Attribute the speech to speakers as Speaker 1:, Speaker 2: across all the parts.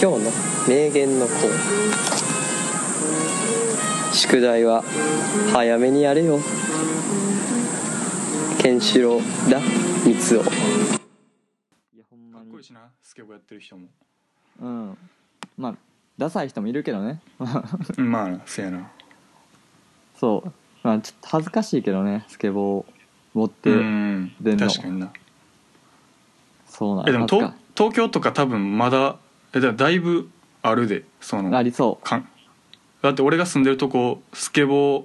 Speaker 1: 今日の名言のコーナー宿題は早めにやれよケンシロウだ三つを
Speaker 2: いやほん
Speaker 3: か
Speaker 2: ま
Speaker 3: っ
Speaker 2: に
Speaker 3: こいいしなスケボーやってる人も
Speaker 2: うんまあダサい人もいるけどね
Speaker 3: まあなせやな
Speaker 2: そうまあちょっと恥ずかしいけどねスケボー持って、
Speaker 3: うん
Speaker 2: でんの
Speaker 3: 確かにな
Speaker 2: そうなん
Speaker 3: えでも
Speaker 2: 恥ず
Speaker 3: 東
Speaker 2: か
Speaker 3: 東京とか多分まだえだだいぶあるでそ
Speaker 2: あ
Speaker 3: の
Speaker 2: りそ
Speaker 3: かんだって俺が住んでるとこスケボー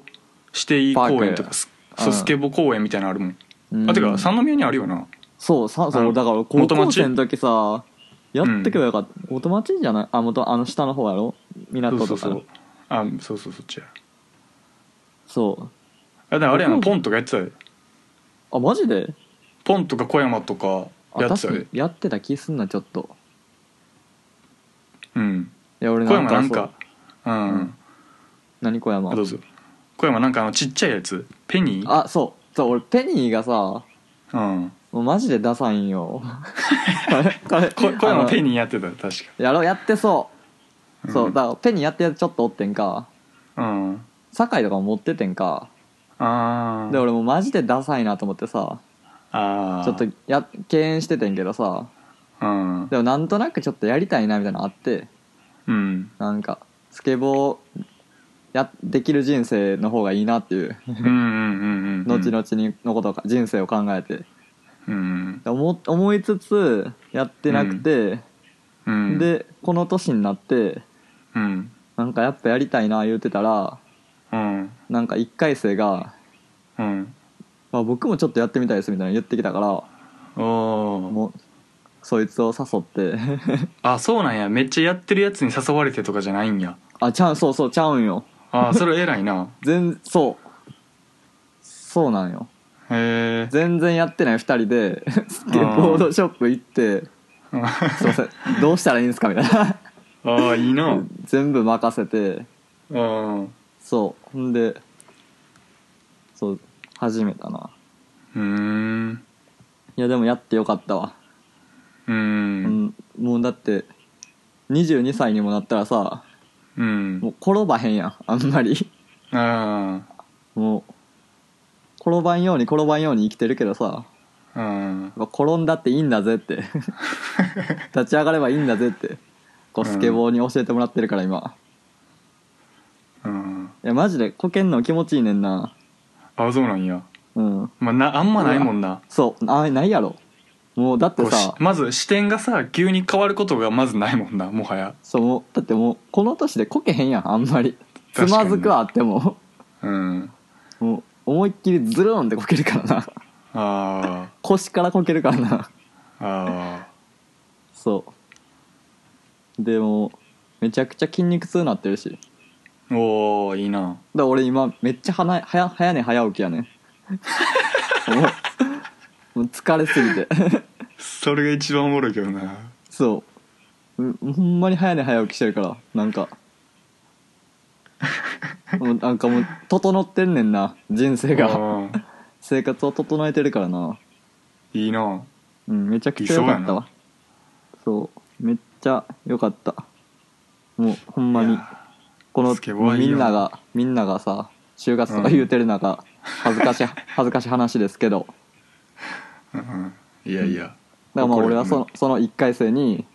Speaker 3: していい公園と
Speaker 2: パー
Speaker 3: か
Speaker 2: ク
Speaker 3: スそううんスケボー公園みたいなのあるもん、
Speaker 2: う、うん
Speaker 3: あてか三宮にあるよな
Speaker 2: そうさそ
Speaker 3: あ
Speaker 2: う
Speaker 3: の
Speaker 2: だから高
Speaker 3: 元
Speaker 2: 校
Speaker 3: 町
Speaker 2: 生の時さやってけばよかった、元町じゃないあ元あの下の方やろ
Speaker 3: そ
Speaker 2: 港
Speaker 3: う
Speaker 2: とか
Speaker 3: そうそうあそうそうそっちや
Speaker 2: そう
Speaker 3: あだからあれやな
Speaker 2: 僕も
Speaker 3: ポンとかやってたで
Speaker 2: あマジで
Speaker 3: ポンとか小山とか
Speaker 2: あ
Speaker 3: やっ
Speaker 2: 確
Speaker 3: てた
Speaker 2: か
Speaker 3: で
Speaker 2: にやってた気すんなちょっと
Speaker 3: うん
Speaker 2: いや俺
Speaker 3: 小
Speaker 2: なん
Speaker 3: 山
Speaker 2: か
Speaker 3: なん
Speaker 2: そう
Speaker 3: かうん、
Speaker 2: うん何小山
Speaker 3: あどうぞ小山なんかあのちっちゃいやつペニー
Speaker 2: あそうそう俺ペニーがさ
Speaker 3: うん
Speaker 2: もうマジでダサいん よこれこれ
Speaker 3: こ小山ペ
Speaker 2: ニ
Speaker 3: ニーやってた確か
Speaker 2: ーやろうやってそうそううんだからペニーやってるやつちょっとおってんか
Speaker 3: うん
Speaker 2: 酒井とかも持っててんか
Speaker 3: あー
Speaker 2: で俺もうマジでダサいなと思ってさ
Speaker 3: あー
Speaker 2: ちょっとや敬遠しててんけどさ
Speaker 3: うん
Speaker 2: でもなんとなくちょっとやりたいなみたいなのあって
Speaker 3: うん
Speaker 2: なんかスケボーやできる人生の方がいいなっていう
Speaker 3: うんうんうんうん
Speaker 2: 後々にのことをか人生を考えて
Speaker 3: うん
Speaker 2: で思思いつつやってなくて、
Speaker 3: うん
Speaker 2: でこの年になって
Speaker 3: うん
Speaker 2: なんかやっぱやりたいな言うてたら
Speaker 3: うん
Speaker 2: なんか1回生が、
Speaker 3: うん
Speaker 2: まあ、僕もちょっとやってみたいですみたいな言ってきたから
Speaker 3: おー
Speaker 2: もうそいつを誘って
Speaker 3: あそうなんやめっちゃやってるやつに誘われてとかじゃないんや
Speaker 2: あちゃうそうそうちゃうんよ
Speaker 3: あ ーそれ偉いな
Speaker 2: 全そうそうなんよ
Speaker 3: へえ
Speaker 2: 全然やってない2人で スケボードショップ行って「すいませんどうしたらいいんですか?」みたいな
Speaker 3: ああいいな
Speaker 2: 全部任せて
Speaker 3: うん
Speaker 2: そうほんでそう始めたな
Speaker 3: うん
Speaker 2: いやでもやってよかったわ、
Speaker 3: う
Speaker 2: うんん、もうだって22歳にもなったらさ
Speaker 3: うん
Speaker 2: もう転ばへんやんあんまり
Speaker 3: あ
Speaker 2: もう転ばんように転ばんように生きてるけどさ
Speaker 3: あうん
Speaker 2: やっぱ転んだっていいんだぜって立ち上がればいいんだぜってこうスケボーに教えてもらってるから今、
Speaker 3: うん
Speaker 2: いやマジでこけんの気持ちいいねんな
Speaker 3: あそうなんや
Speaker 2: うん
Speaker 3: まあなあんまないもんな
Speaker 2: そうあないやろもうだって
Speaker 3: こうし
Speaker 2: さ
Speaker 3: まず視点がさ急に変わることがまずないもんなもはや
Speaker 2: そうもうだってもうこの年でこけへんやんあんまりつ
Speaker 3: 確か
Speaker 2: ま
Speaker 3: に
Speaker 2: ずくはあって も
Speaker 3: うん
Speaker 2: もう思いっきりズルーンってこけるからな
Speaker 3: あ
Speaker 2: 腰からこけるからな
Speaker 3: ああ
Speaker 2: そうでもめちゃくちゃ筋肉痛なってるしだか
Speaker 3: あおおいいな
Speaker 2: ら俺今めっちゃはな早早寝早起きやねん もうもう疲れすぎて
Speaker 3: それが一番おもろいけどな
Speaker 2: そううほんまに早寝早起きしてるからなん かもうなんかもう整ってんねんな人生が
Speaker 3: ああ
Speaker 2: 生活を整えてるからない
Speaker 3: いな
Speaker 2: うん、めちゃくちゃ良かったわそうめっちゃ良かったもうほんま
Speaker 3: い
Speaker 2: に
Speaker 3: や
Speaker 2: この
Speaker 3: スケボーはい
Speaker 2: み
Speaker 3: いよ
Speaker 2: んながみんながさ就活とか言うてる中、恥ずかし い恥ずかしい話ですけど
Speaker 3: うんいやいや
Speaker 2: だからまあ俺はそのその1回生に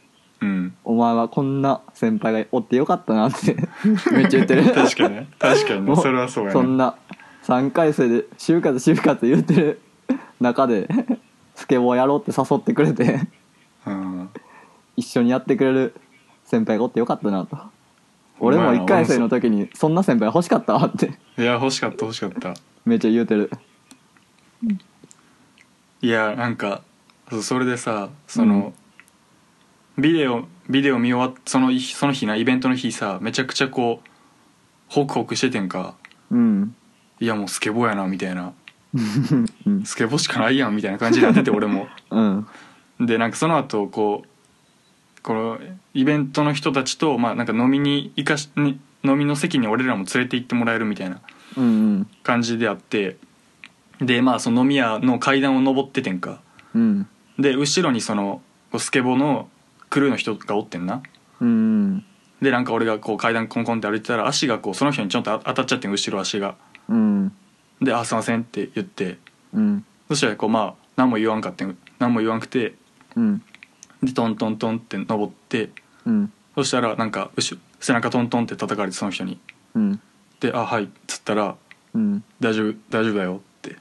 Speaker 3: うん
Speaker 2: 「お前はこんな先輩がおってよかったな」って めっちゃ言ってる
Speaker 3: 確かにね確かに
Speaker 2: も
Speaker 3: ねそれはそうや
Speaker 2: そん
Speaker 3: な
Speaker 2: な3回生で就活就活言うてる中でスケボーやろうって誘ってくれて
Speaker 3: うん
Speaker 2: 一緒にやってくれる先輩がおってよかったなと俺も1回生の時にそんな先輩欲しかったわって
Speaker 3: いや欲しかった欲しかった
Speaker 2: めっちゃ言うてる
Speaker 3: いやなんかそうそれでさその、ビデオビデオ見終わっその日その日なイベントの日さめちゃくちゃこうホクホクしててんか
Speaker 2: うん
Speaker 3: いやもうスケボーやなみたいな
Speaker 2: うん
Speaker 3: スケボーしかないやんみたいな感じになってて俺も
Speaker 2: うん
Speaker 3: でなんかその後こうこのイベントの人たちと、まあ、なんか飲みに行かしに飲みの席に俺らも連れて行ってもらえるみたいな
Speaker 2: うん
Speaker 3: 感じであってでまあその飲み屋の階段を登っててんか
Speaker 2: うん
Speaker 3: で後ろにそのこうスケボーのクルーの人がおってんな
Speaker 2: うん
Speaker 3: でなんか俺がこう階段コンコンって歩いてたら足がこうその人にちょっと当たっちゃってん後ろ足が
Speaker 2: うん
Speaker 3: で「あすいません」って言って
Speaker 2: うん
Speaker 3: そしたらこうまあ何も言わんかってん何も言わんくて
Speaker 2: うん
Speaker 3: でトントントンって登って
Speaker 2: うん
Speaker 3: そしたらなんか後ろ背中トントンって叩かれてその人に
Speaker 2: うん
Speaker 3: で「あはい」っつったら
Speaker 2: うん
Speaker 3: 「大丈夫大丈夫だよ」って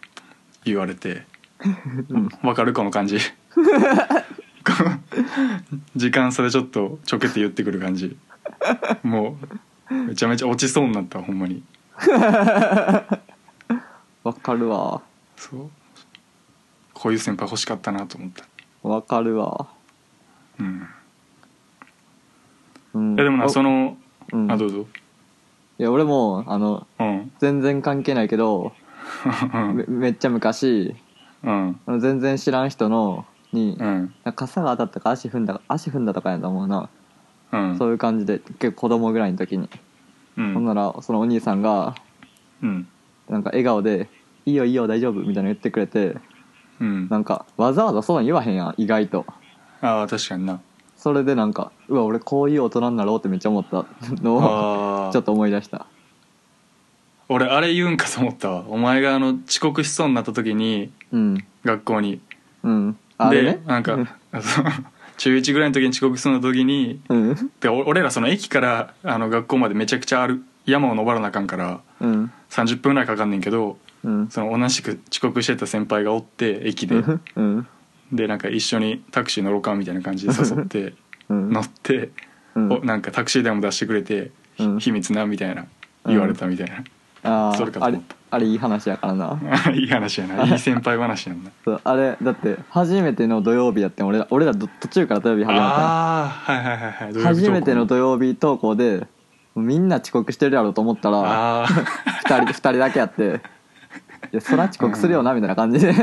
Speaker 3: 言わ れてわかるこの感じ この時間差でちょっとちょけて言ってくる感じもうめちゃめちゃ落ちそうになったほんまに
Speaker 2: わかるわ
Speaker 3: そうこういう先輩欲しかったなと思った
Speaker 2: わかるわ
Speaker 3: うん
Speaker 2: うん
Speaker 3: いやでもなそ
Speaker 2: の
Speaker 3: の、
Speaker 2: うん
Speaker 3: あどうぞ
Speaker 2: いや俺もあの
Speaker 3: うん
Speaker 2: 全然関係ないけどめめっちゃ昔
Speaker 3: うん
Speaker 2: あの全然知らん人のに、
Speaker 3: うん
Speaker 2: なんか傘が当たったか足踏んだか足踏んだとかやと思うな、
Speaker 3: うん
Speaker 2: そういう感じで結構子供ぐらいの時に、
Speaker 3: う
Speaker 2: ほん
Speaker 3: ん
Speaker 2: ならそのお兄さんが
Speaker 3: うん
Speaker 2: なんか笑顔で「いいよいいよ大丈夫」みたいなの言ってくれて
Speaker 3: うん
Speaker 2: なんかわざわざそうなん言わへんやん意外と
Speaker 3: ああ確かにな
Speaker 2: それでなんかうわ俺こういう大人になろうってめっちゃ思ったの
Speaker 3: あ
Speaker 2: をちょ
Speaker 3: あ
Speaker 2: っと思い出した
Speaker 3: 俺あれ言うんかと思ったわお前があの遅刻しそうになった時に
Speaker 2: うん
Speaker 3: 学校に
Speaker 2: うんあ
Speaker 3: で、
Speaker 2: れね
Speaker 3: なんかそう中1ぐらいの時に遅刻するの時に
Speaker 2: うん
Speaker 3: でお俺らその駅からあの学校までめちゃくちゃある山を登らなあかんから
Speaker 2: うん
Speaker 3: 30分ぐらいかかんねんけど
Speaker 2: うん
Speaker 3: その同じく遅刻してた先輩がおって駅
Speaker 2: う
Speaker 3: で
Speaker 2: んうん
Speaker 3: でなんか一緒にタクシー乗ろうかみたいな感じで誘って
Speaker 2: うん
Speaker 3: 乗って、
Speaker 2: うん
Speaker 3: おなんかタクシー代も出してくれて、
Speaker 2: うん
Speaker 3: 秘密なみたいな言われたみたい
Speaker 2: あ
Speaker 3: それか
Speaker 2: ー
Speaker 3: と
Speaker 2: あ
Speaker 3: 思
Speaker 2: れ
Speaker 3: った
Speaker 2: あれいい話やからな
Speaker 3: な、 いい話やないい先輩話やんな
Speaker 2: そうあれだって初めての土曜日やってん俺ら俺らど途中から土曜日始まったんや
Speaker 3: ああーはいはいはいはい
Speaker 2: 初めての
Speaker 3: と
Speaker 2: 土曜日投稿でみんな遅刻してるやろうと思ったら
Speaker 3: ああ
Speaker 2: 2人二人だけやって「いやそら遅刻するよな」みたいな感じで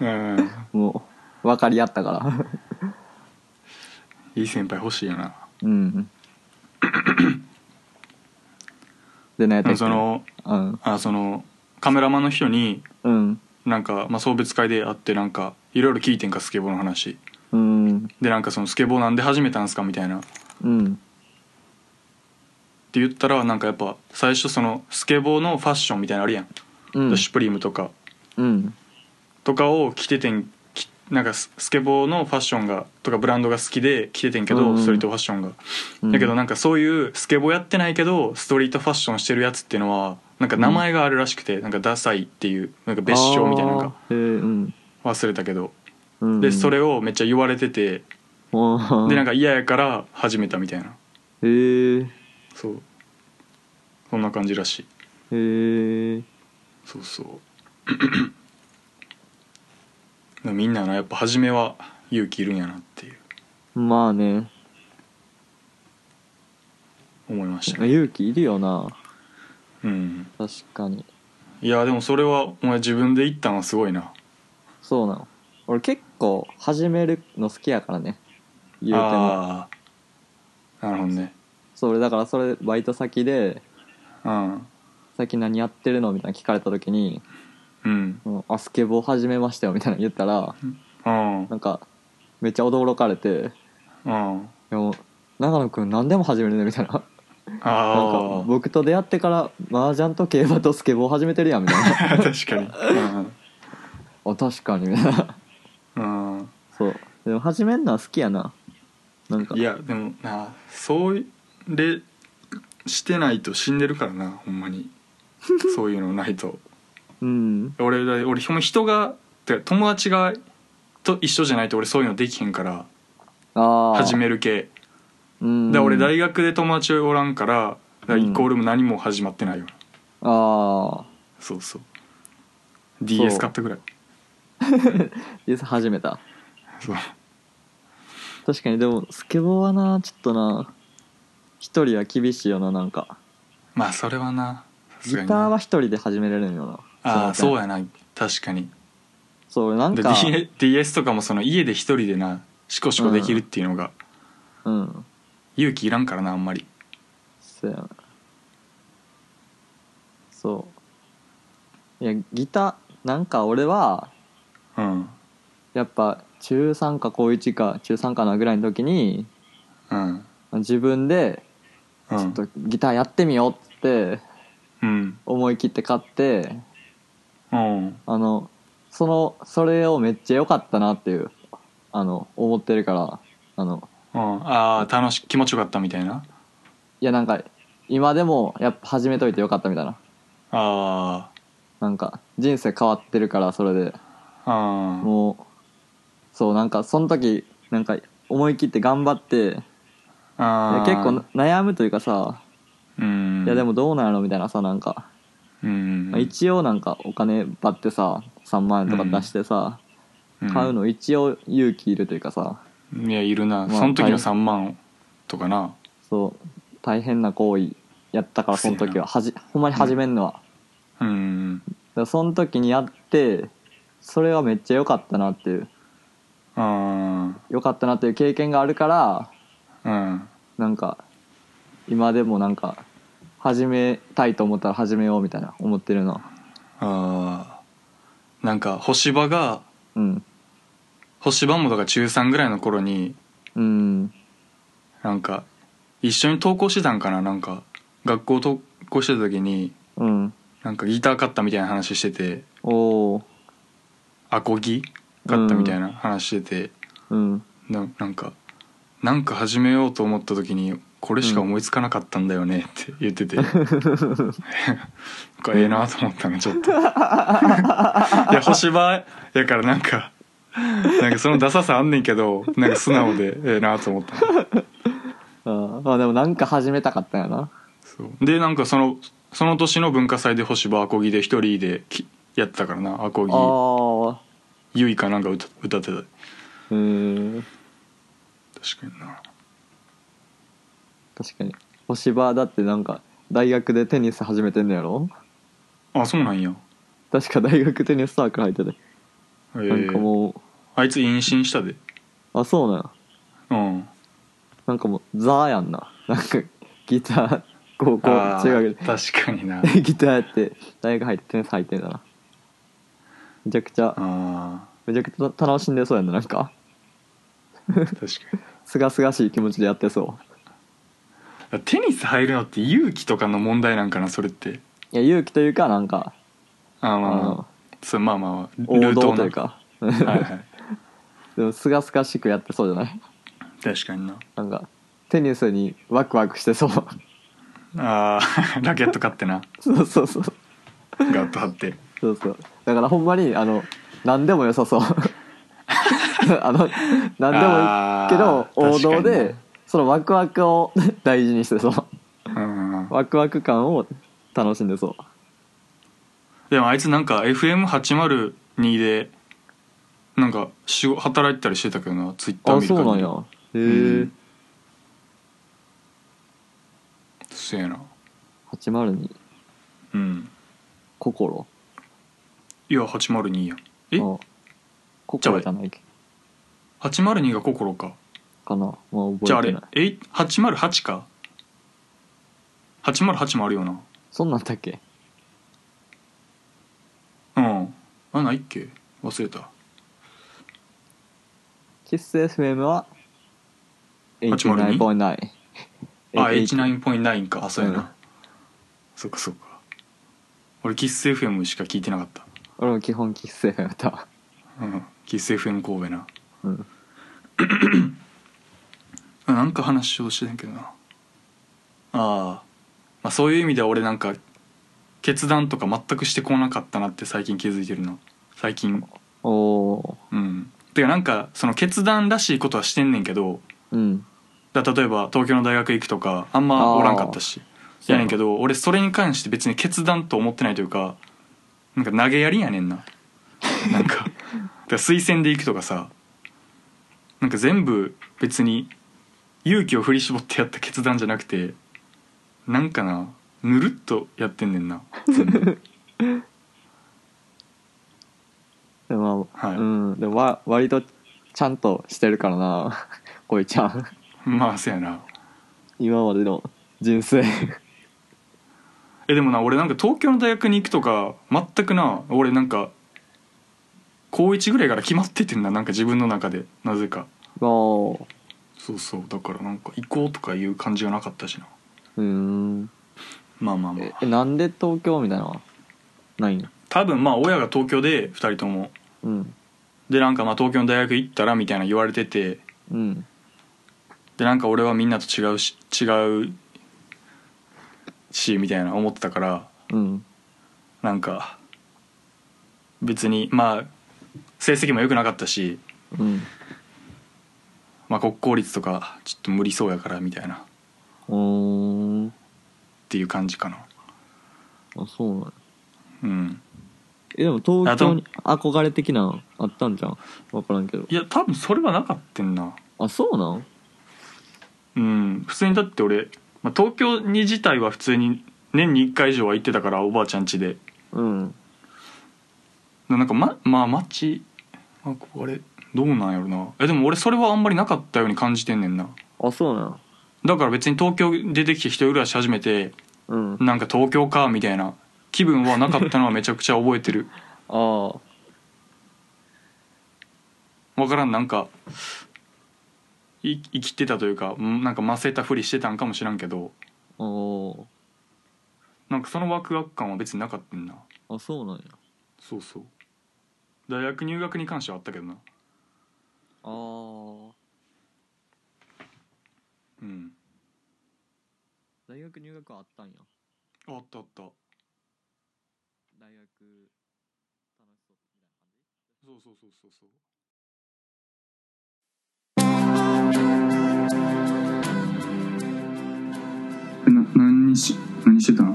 Speaker 3: うん
Speaker 2: もう分かり合ったから
Speaker 3: いい先輩欲しいよな
Speaker 2: うんでね
Speaker 3: でもその
Speaker 2: うん
Speaker 3: あそのカメラマンの人に
Speaker 2: うん
Speaker 3: なんか、まあ、送別会で会ってなんかいろいろ聞いてんかスケボーの話
Speaker 2: うん
Speaker 3: でなんかそのスケボーなんで始めたんすかみたいなって
Speaker 2: うん
Speaker 3: 言ったらなんかやっぱ最初そのスケボーのファッションみたいなのあるやん、
Speaker 2: うん
Speaker 3: シュプリームとか
Speaker 2: うん
Speaker 3: とかを着ててんきなんかススケボーのファッションがとかブランドが好きで着ててんけど、
Speaker 2: うん
Speaker 3: ストリートファッションが、
Speaker 2: うん
Speaker 3: だけどなんかそういうスケボーやってないけどストリートファッションしてるやつっていうのはなんか名前があるらしくて、なんかダサいっていうなんか別称みたいなの
Speaker 2: あ
Speaker 3: が
Speaker 2: ーへえうん
Speaker 3: 忘れたけど
Speaker 2: うん
Speaker 3: でそれをめっちゃ言われててで
Speaker 2: で
Speaker 3: なんか嫌やから始めたみたいな
Speaker 2: へえ
Speaker 3: そうそんな感じらしい
Speaker 2: へえ
Speaker 3: そうそう でもみんななやっぱ初めは勇気いるんやなっていう
Speaker 2: まあね
Speaker 3: 思いましたね
Speaker 2: 勇気いるよな
Speaker 3: うん
Speaker 2: 確かに
Speaker 3: いやでもそれはお前自分で行ったのはすごいな
Speaker 2: そうなの俺結構始めるの好きやからね言うても
Speaker 3: ああなるほどね
Speaker 2: そう俺だからそれバイト先で
Speaker 3: うん
Speaker 2: 「最近何やってるの?」みたいな聞かれた時に
Speaker 3: うん
Speaker 2: 「うんあスケボー始めましたよ」みたいなの言ったら
Speaker 3: うん
Speaker 2: なんかめっちゃ驚かれて
Speaker 3: うん
Speaker 2: 「いやもう長野くん何でも始めるね」みたいな
Speaker 3: あ
Speaker 2: なん
Speaker 3: あ
Speaker 2: か僕と出会ってから麻雀と競馬とスケボー始めてるやんみたいな
Speaker 3: 確かに
Speaker 2: 「あ確かに」みたいな
Speaker 3: うん、うん
Speaker 2: そうでも始めるのは好きやななんか
Speaker 3: いやでもなそうれしてないと死んでるからなほんまにそういうのないと
Speaker 2: うん
Speaker 3: 俺だ俺ほんま人がてか友達がと一緒じゃないと俺そういうのできへんから
Speaker 2: ああ
Speaker 3: 始める系
Speaker 2: うん
Speaker 3: で俺大学で友達おらんからだから
Speaker 2: うん
Speaker 3: イコールも何も始まってないよ、
Speaker 2: ああ
Speaker 3: そうそう DS 買ったぐらい
Speaker 2: で始めた
Speaker 3: そう
Speaker 2: 確かにでもスケボーはなちょっとな一人は厳しいよななんか
Speaker 3: まあそれはなさ
Speaker 2: ギ
Speaker 3: す
Speaker 2: タ
Speaker 3: がに
Speaker 2: ー
Speaker 3: な
Speaker 2: は一人で始めれるんよな
Speaker 3: ああそう
Speaker 2: や
Speaker 3: やな確かに
Speaker 2: そうなん
Speaker 3: で
Speaker 2: か
Speaker 3: D- DS とかもその家で一人でなシコシコできるっていうのが
Speaker 2: うん
Speaker 3: 勇気いらんからなあんまり
Speaker 2: そうやなそういやギターなんか俺は
Speaker 3: うん
Speaker 2: やっぱ中3か高1か中3かなぐらいの時に
Speaker 3: うん
Speaker 2: 自分で
Speaker 3: う
Speaker 2: ちょっ
Speaker 3: ん
Speaker 2: とギターやってみようっつって
Speaker 3: うん
Speaker 2: 思い切って買って
Speaker 3: うん
Speaker 2: あのそのそれをめっちゃ良かったなっていうあの思ってるからあの
Speaker 3: うんああ楽し気持ちよかったみたいない
Speaker 2: やなんか今でもやっぱ始めといてよかったみたいな
Speaker 3: あ
Speaker 2: なんか人生変わってるからそれで
Speaker 3: ああー
Speaker 2: もうそうなんかその時なんか思い切って頑張って
Speaker 3: あー
Speaker 2: 結構悩むというかさ
Speaker 3: うん
Speaker 2: いやでもどうなんやろみたいなさなんか、
Speaker 3: うん
Speaker 2: まあ一応なんかお金ばってさ3万円とか出してさ、買うの一応勇気いるというかさ
Speaker 3: うんいやいるな、
Speaker 2: まあ
Speaker 3: その時
Speaker 2: は
Speaker 3: の
Speaker 2: い
Speaker 3: 3万とかな
Speaker 2: そう大変な行為やったからその時ははじほんまに始めんのは、だか
Speaker 3: うん
Speaker 2: らその時にやってそれはめっちゃ良かったなっていう
Speaker 3: あ
Speaker 2: 良かったなっていう経験があるから
Speaker 3: あうん
Speaker 2: なんか今でもなんか始めたいと思ったら始めようみたいな思ってるの
Speaker 3: あーなんか干し場が
Speaker 2: うん
Speaker 3: 干し場もだから中3ぐらいの頃に
Speaker 2: うん
Speaker 3: なんか一緒に登校してたんかななんか学校登校してた時に
Speaker 2: うん
Speaker 3: なんかギター買ったみたいな話してて
Speaker 2: おお
Speaker 3: アコギ買ったみたいな話してて、
Speaker 2: うん
Speaker 3: ななんかなんか始めようと思った時にこれしか思いつかなかったんだよねって言ってて、これええなと思ったのちょっといや星場やからなんかなんかそのダサさあんねんけどなんか素直でええなと思ったの
Speaker 2: あーまあでもなんか始めたかったんやな
Speaker 3: そうでなんかそのその年の文化祭で星場アコギで一人できやってたからなアコギ
Speaker 2: ああ
Speaker 3: ゆいかなんか歌歌ってた
Speaker 2: うん
Speaker 3: 確かにな
Speaker 2: 確かに星場だってなんか大学でテニス始めてんのやろ
Speaker 3: あそうなんや、
Speaker 2: 確か大学テニスサークル入ってて、
Speaker 3: え
Speaker 2: なんか
Speaker 3: ー、
Speaker 2: もう
Speaker 3: あいつ妊娠したで
Speaker 2: あそうなんや
Speaker 3: うん
Speaker 2: なんかもうザーやんななんかギター高校
Speaker 3: あー
Speaker 2: 中学で
Speaker 3: 確かにな
Speaker 2: ギターやって大学入ってテニス入ってんだなめちゃくちゃ
Speaker 3: あ
Speaker 2: めちゃくちゃ楽しんでそうやんななんか
Speaker 3: ー確かに
Speaker 2: すがすがしい気持ちでやってそ
Speaker 3: テニス入るのって勇気とかの問題なんかなそれって
Speaker 2: ういや勇気というかなんか
Speaker 3: あーまあ
Speaker 2: あの
Speaker 3: まあそうまあまあ
Speaker 2: 王
Speaker 3: ルート
Speaker 2: 道
Speaker 3: な
Speaker 2: というか
Speaker 3: はいはい
Speaker 2: でもすがすがしくやってそうじゃない
Speaker 3: 確かにな
Speaker 2: なんかテニスにワクワクしてそう
Speaker 3: あー ラケット買ってな
Speaker 2: そうそうそう
Speaker 3: ガッと張って
Speaker 2: そうそうだからほんまにあの何でも良さそう あの何でもいい
Speaker 3: あー
Speaker 2: けど王道
Speaker 3: 確かに
Speaker 2: で
Speaker 3: ね
Speaker 2: そのワクワクを 大事にしてそう
Speaker 3: うん
Speaker 2: ワクワク感を楽しんでそう
Speaker 3: でもあいつなんか FM802 でなんか仕事働いてたりしてたけどなツイッター
Speaker 2: あ
Speaker 3: 見る
Speaker 2: そうなん
Speaker 3: 限り
Speaker 2: やへえ
Speaker 3: んそうやな
Speaker 2: 802
Speaker 3: うん
Speaker 2: 心
Speaker 3: いや802やんえ
Speaker 2: あ心じゃないっけ
Speaker 3: 802が心か
Speaker 2: かなまあ
Speaker 3: じ
Speaker 2: 覚
Speaker 3: ゃああ
Speaker 2: えて
Speaker 3: れ
Speaker 2: ない
Speaker 3: えい808か808もあるよな
Speaker 2: そんなんだっけ
Speaker 3: うんあないっけ忘れた
Speaker 2: キス FM は
Speaker 3: 802
Speaker 2: 89.9
Speaker 3: あ
Speaker 2: え
Speaker 3: 89.9かあそうやな、
Speaker 2: うん
Speaker 3: そっかそっか俺キッス FM しか聞いてなかった
Speaker 2: 俺も基本キス FM だわ
Speaker 3: うんキッス FM 神戸な
Speaker 2: うん
Speaker 3: あなんか話をしてんけどなああまあそういう意味では俺なんか決断とか全くしてこなかったなって最近気づいてるな最近
Speaker 2: おお
Speaker 3: うんてかなんかその決断らしいことはしてんねんけど
Speaker 2: ーうん
Speaker 3: だ例えば東京の大学行くとかあんまおらんかったしやねんけど俺それに関して別に決断と思ってないというかなんか投げやりやねん ななんかだから推薦で行くとかさなんか全部別に勇気を振り絞ってやった決断じゃなくてなんかなぬるっとやってんねん な全部
Speaker 2: でもまあ、
Speaker 3: はい
Speaker 2: うんでもわ割とちゃんとしてるからな こいちゃ ん
Speaker 3: まあそうやな
Speaker 2: 今までの人 生
Speaker 3: えでもな俺なんか東京の大学に行くとか全くな俺なんか高1ぐらいから決まっててんななんか自分の中でなぜか
Speaker 2: もう
Speaker 3: そうそうだからなんか行こうとかいう感じがなかったしな
Speaker 2: うーん
Speaker 3: まあまあまあ
Speaker 2: えなんで東京みたいなのはないの
Speaker 3: 多分まあ親が東京で2人とも
Speaker 2: うん
Speaker 3: でなんかまあ東京の大学行ったらみたいな言われてて
Speaker 2: うん
Speaker 3: でなんか俺はみんなと違うし違うしみたいな思ってたから
Speaker 2: うん
Speaker 3: なんか別にまあ成績も良くなかったし、
Speaker 2: うん
Speaker 3: まあ、国公立とかちょっと無理そうやからみたいなっ
Speaker 2: おー
Speaker 3: ていう感じかな
Speaker 2: あそうなの
Speaker 3: うん
Speaker 2: えでも東
Speaker 3: あと
Speaker 2: 京に憧れ的なのあったんじゃん分からんけど
Speaker 3: いや多分それはなかったんな
Speaker 2: あそうなん
Speaker 3: うん普通にだって俺、まあ、東京に自体は普通に年に1回以上は行ってたからおばあちゃん家で
Speaker 2: うん
Speaker 3: なんかままあ街憧れどうなんやろなえでも俺それはあんまりなかったように感じてんねんな
Speaker 2: あそうなん
Speaker 3: だから別に東京出てきて一人暮らし始めて
Speaker 2: うん
Speaker 3: なんか東京かみたいな気分はなかったのはめちゃくちゃ覚えてる
Speaker 2: ああ
Speaker 3: わからんなんかい生きてたというかんなんかませたふりしてたんかもしらんけど
Speaker 2: お
Speaker 3: なんかそのワクワク感は別になかったんな
Speaker 2: ーあそうなんや
Speaker 3: そうそう大学入学に関してはあったけどな
Speaker 2: ああ
Speaker 3: うん
Speaker 2: 大学入学はあったんや
Speaker 3: あったあった
Speaker 2: 大学楽しそうみたいな感じ
Speaker 3: そうそうそうそうそうな何し何してたの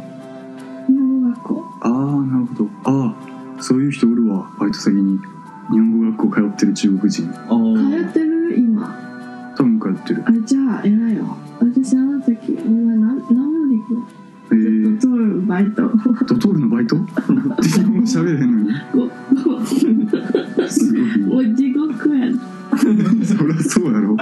Speaker 4: 日本学校
Speaker 3: ああなるほどああそういう人おるわバイト先に日本語学校通ってる中国人
Speaker 4: 通ってる今
Speaker 3: 多分通ってる
Speaker 4: あじゃあ偉いよ私あの時お前何何もできない
Speaker 3: え
Speaker 4: ド
Speaker 3: ー、
Speaker 4: トールバイト
Speaker 3: ドトールの バイト日本語喋れへんのに
Speaker 4: ごご
Speaker 3: すごい
Speaker 4: お地獄や
Speaker 3: そりゃそうやろ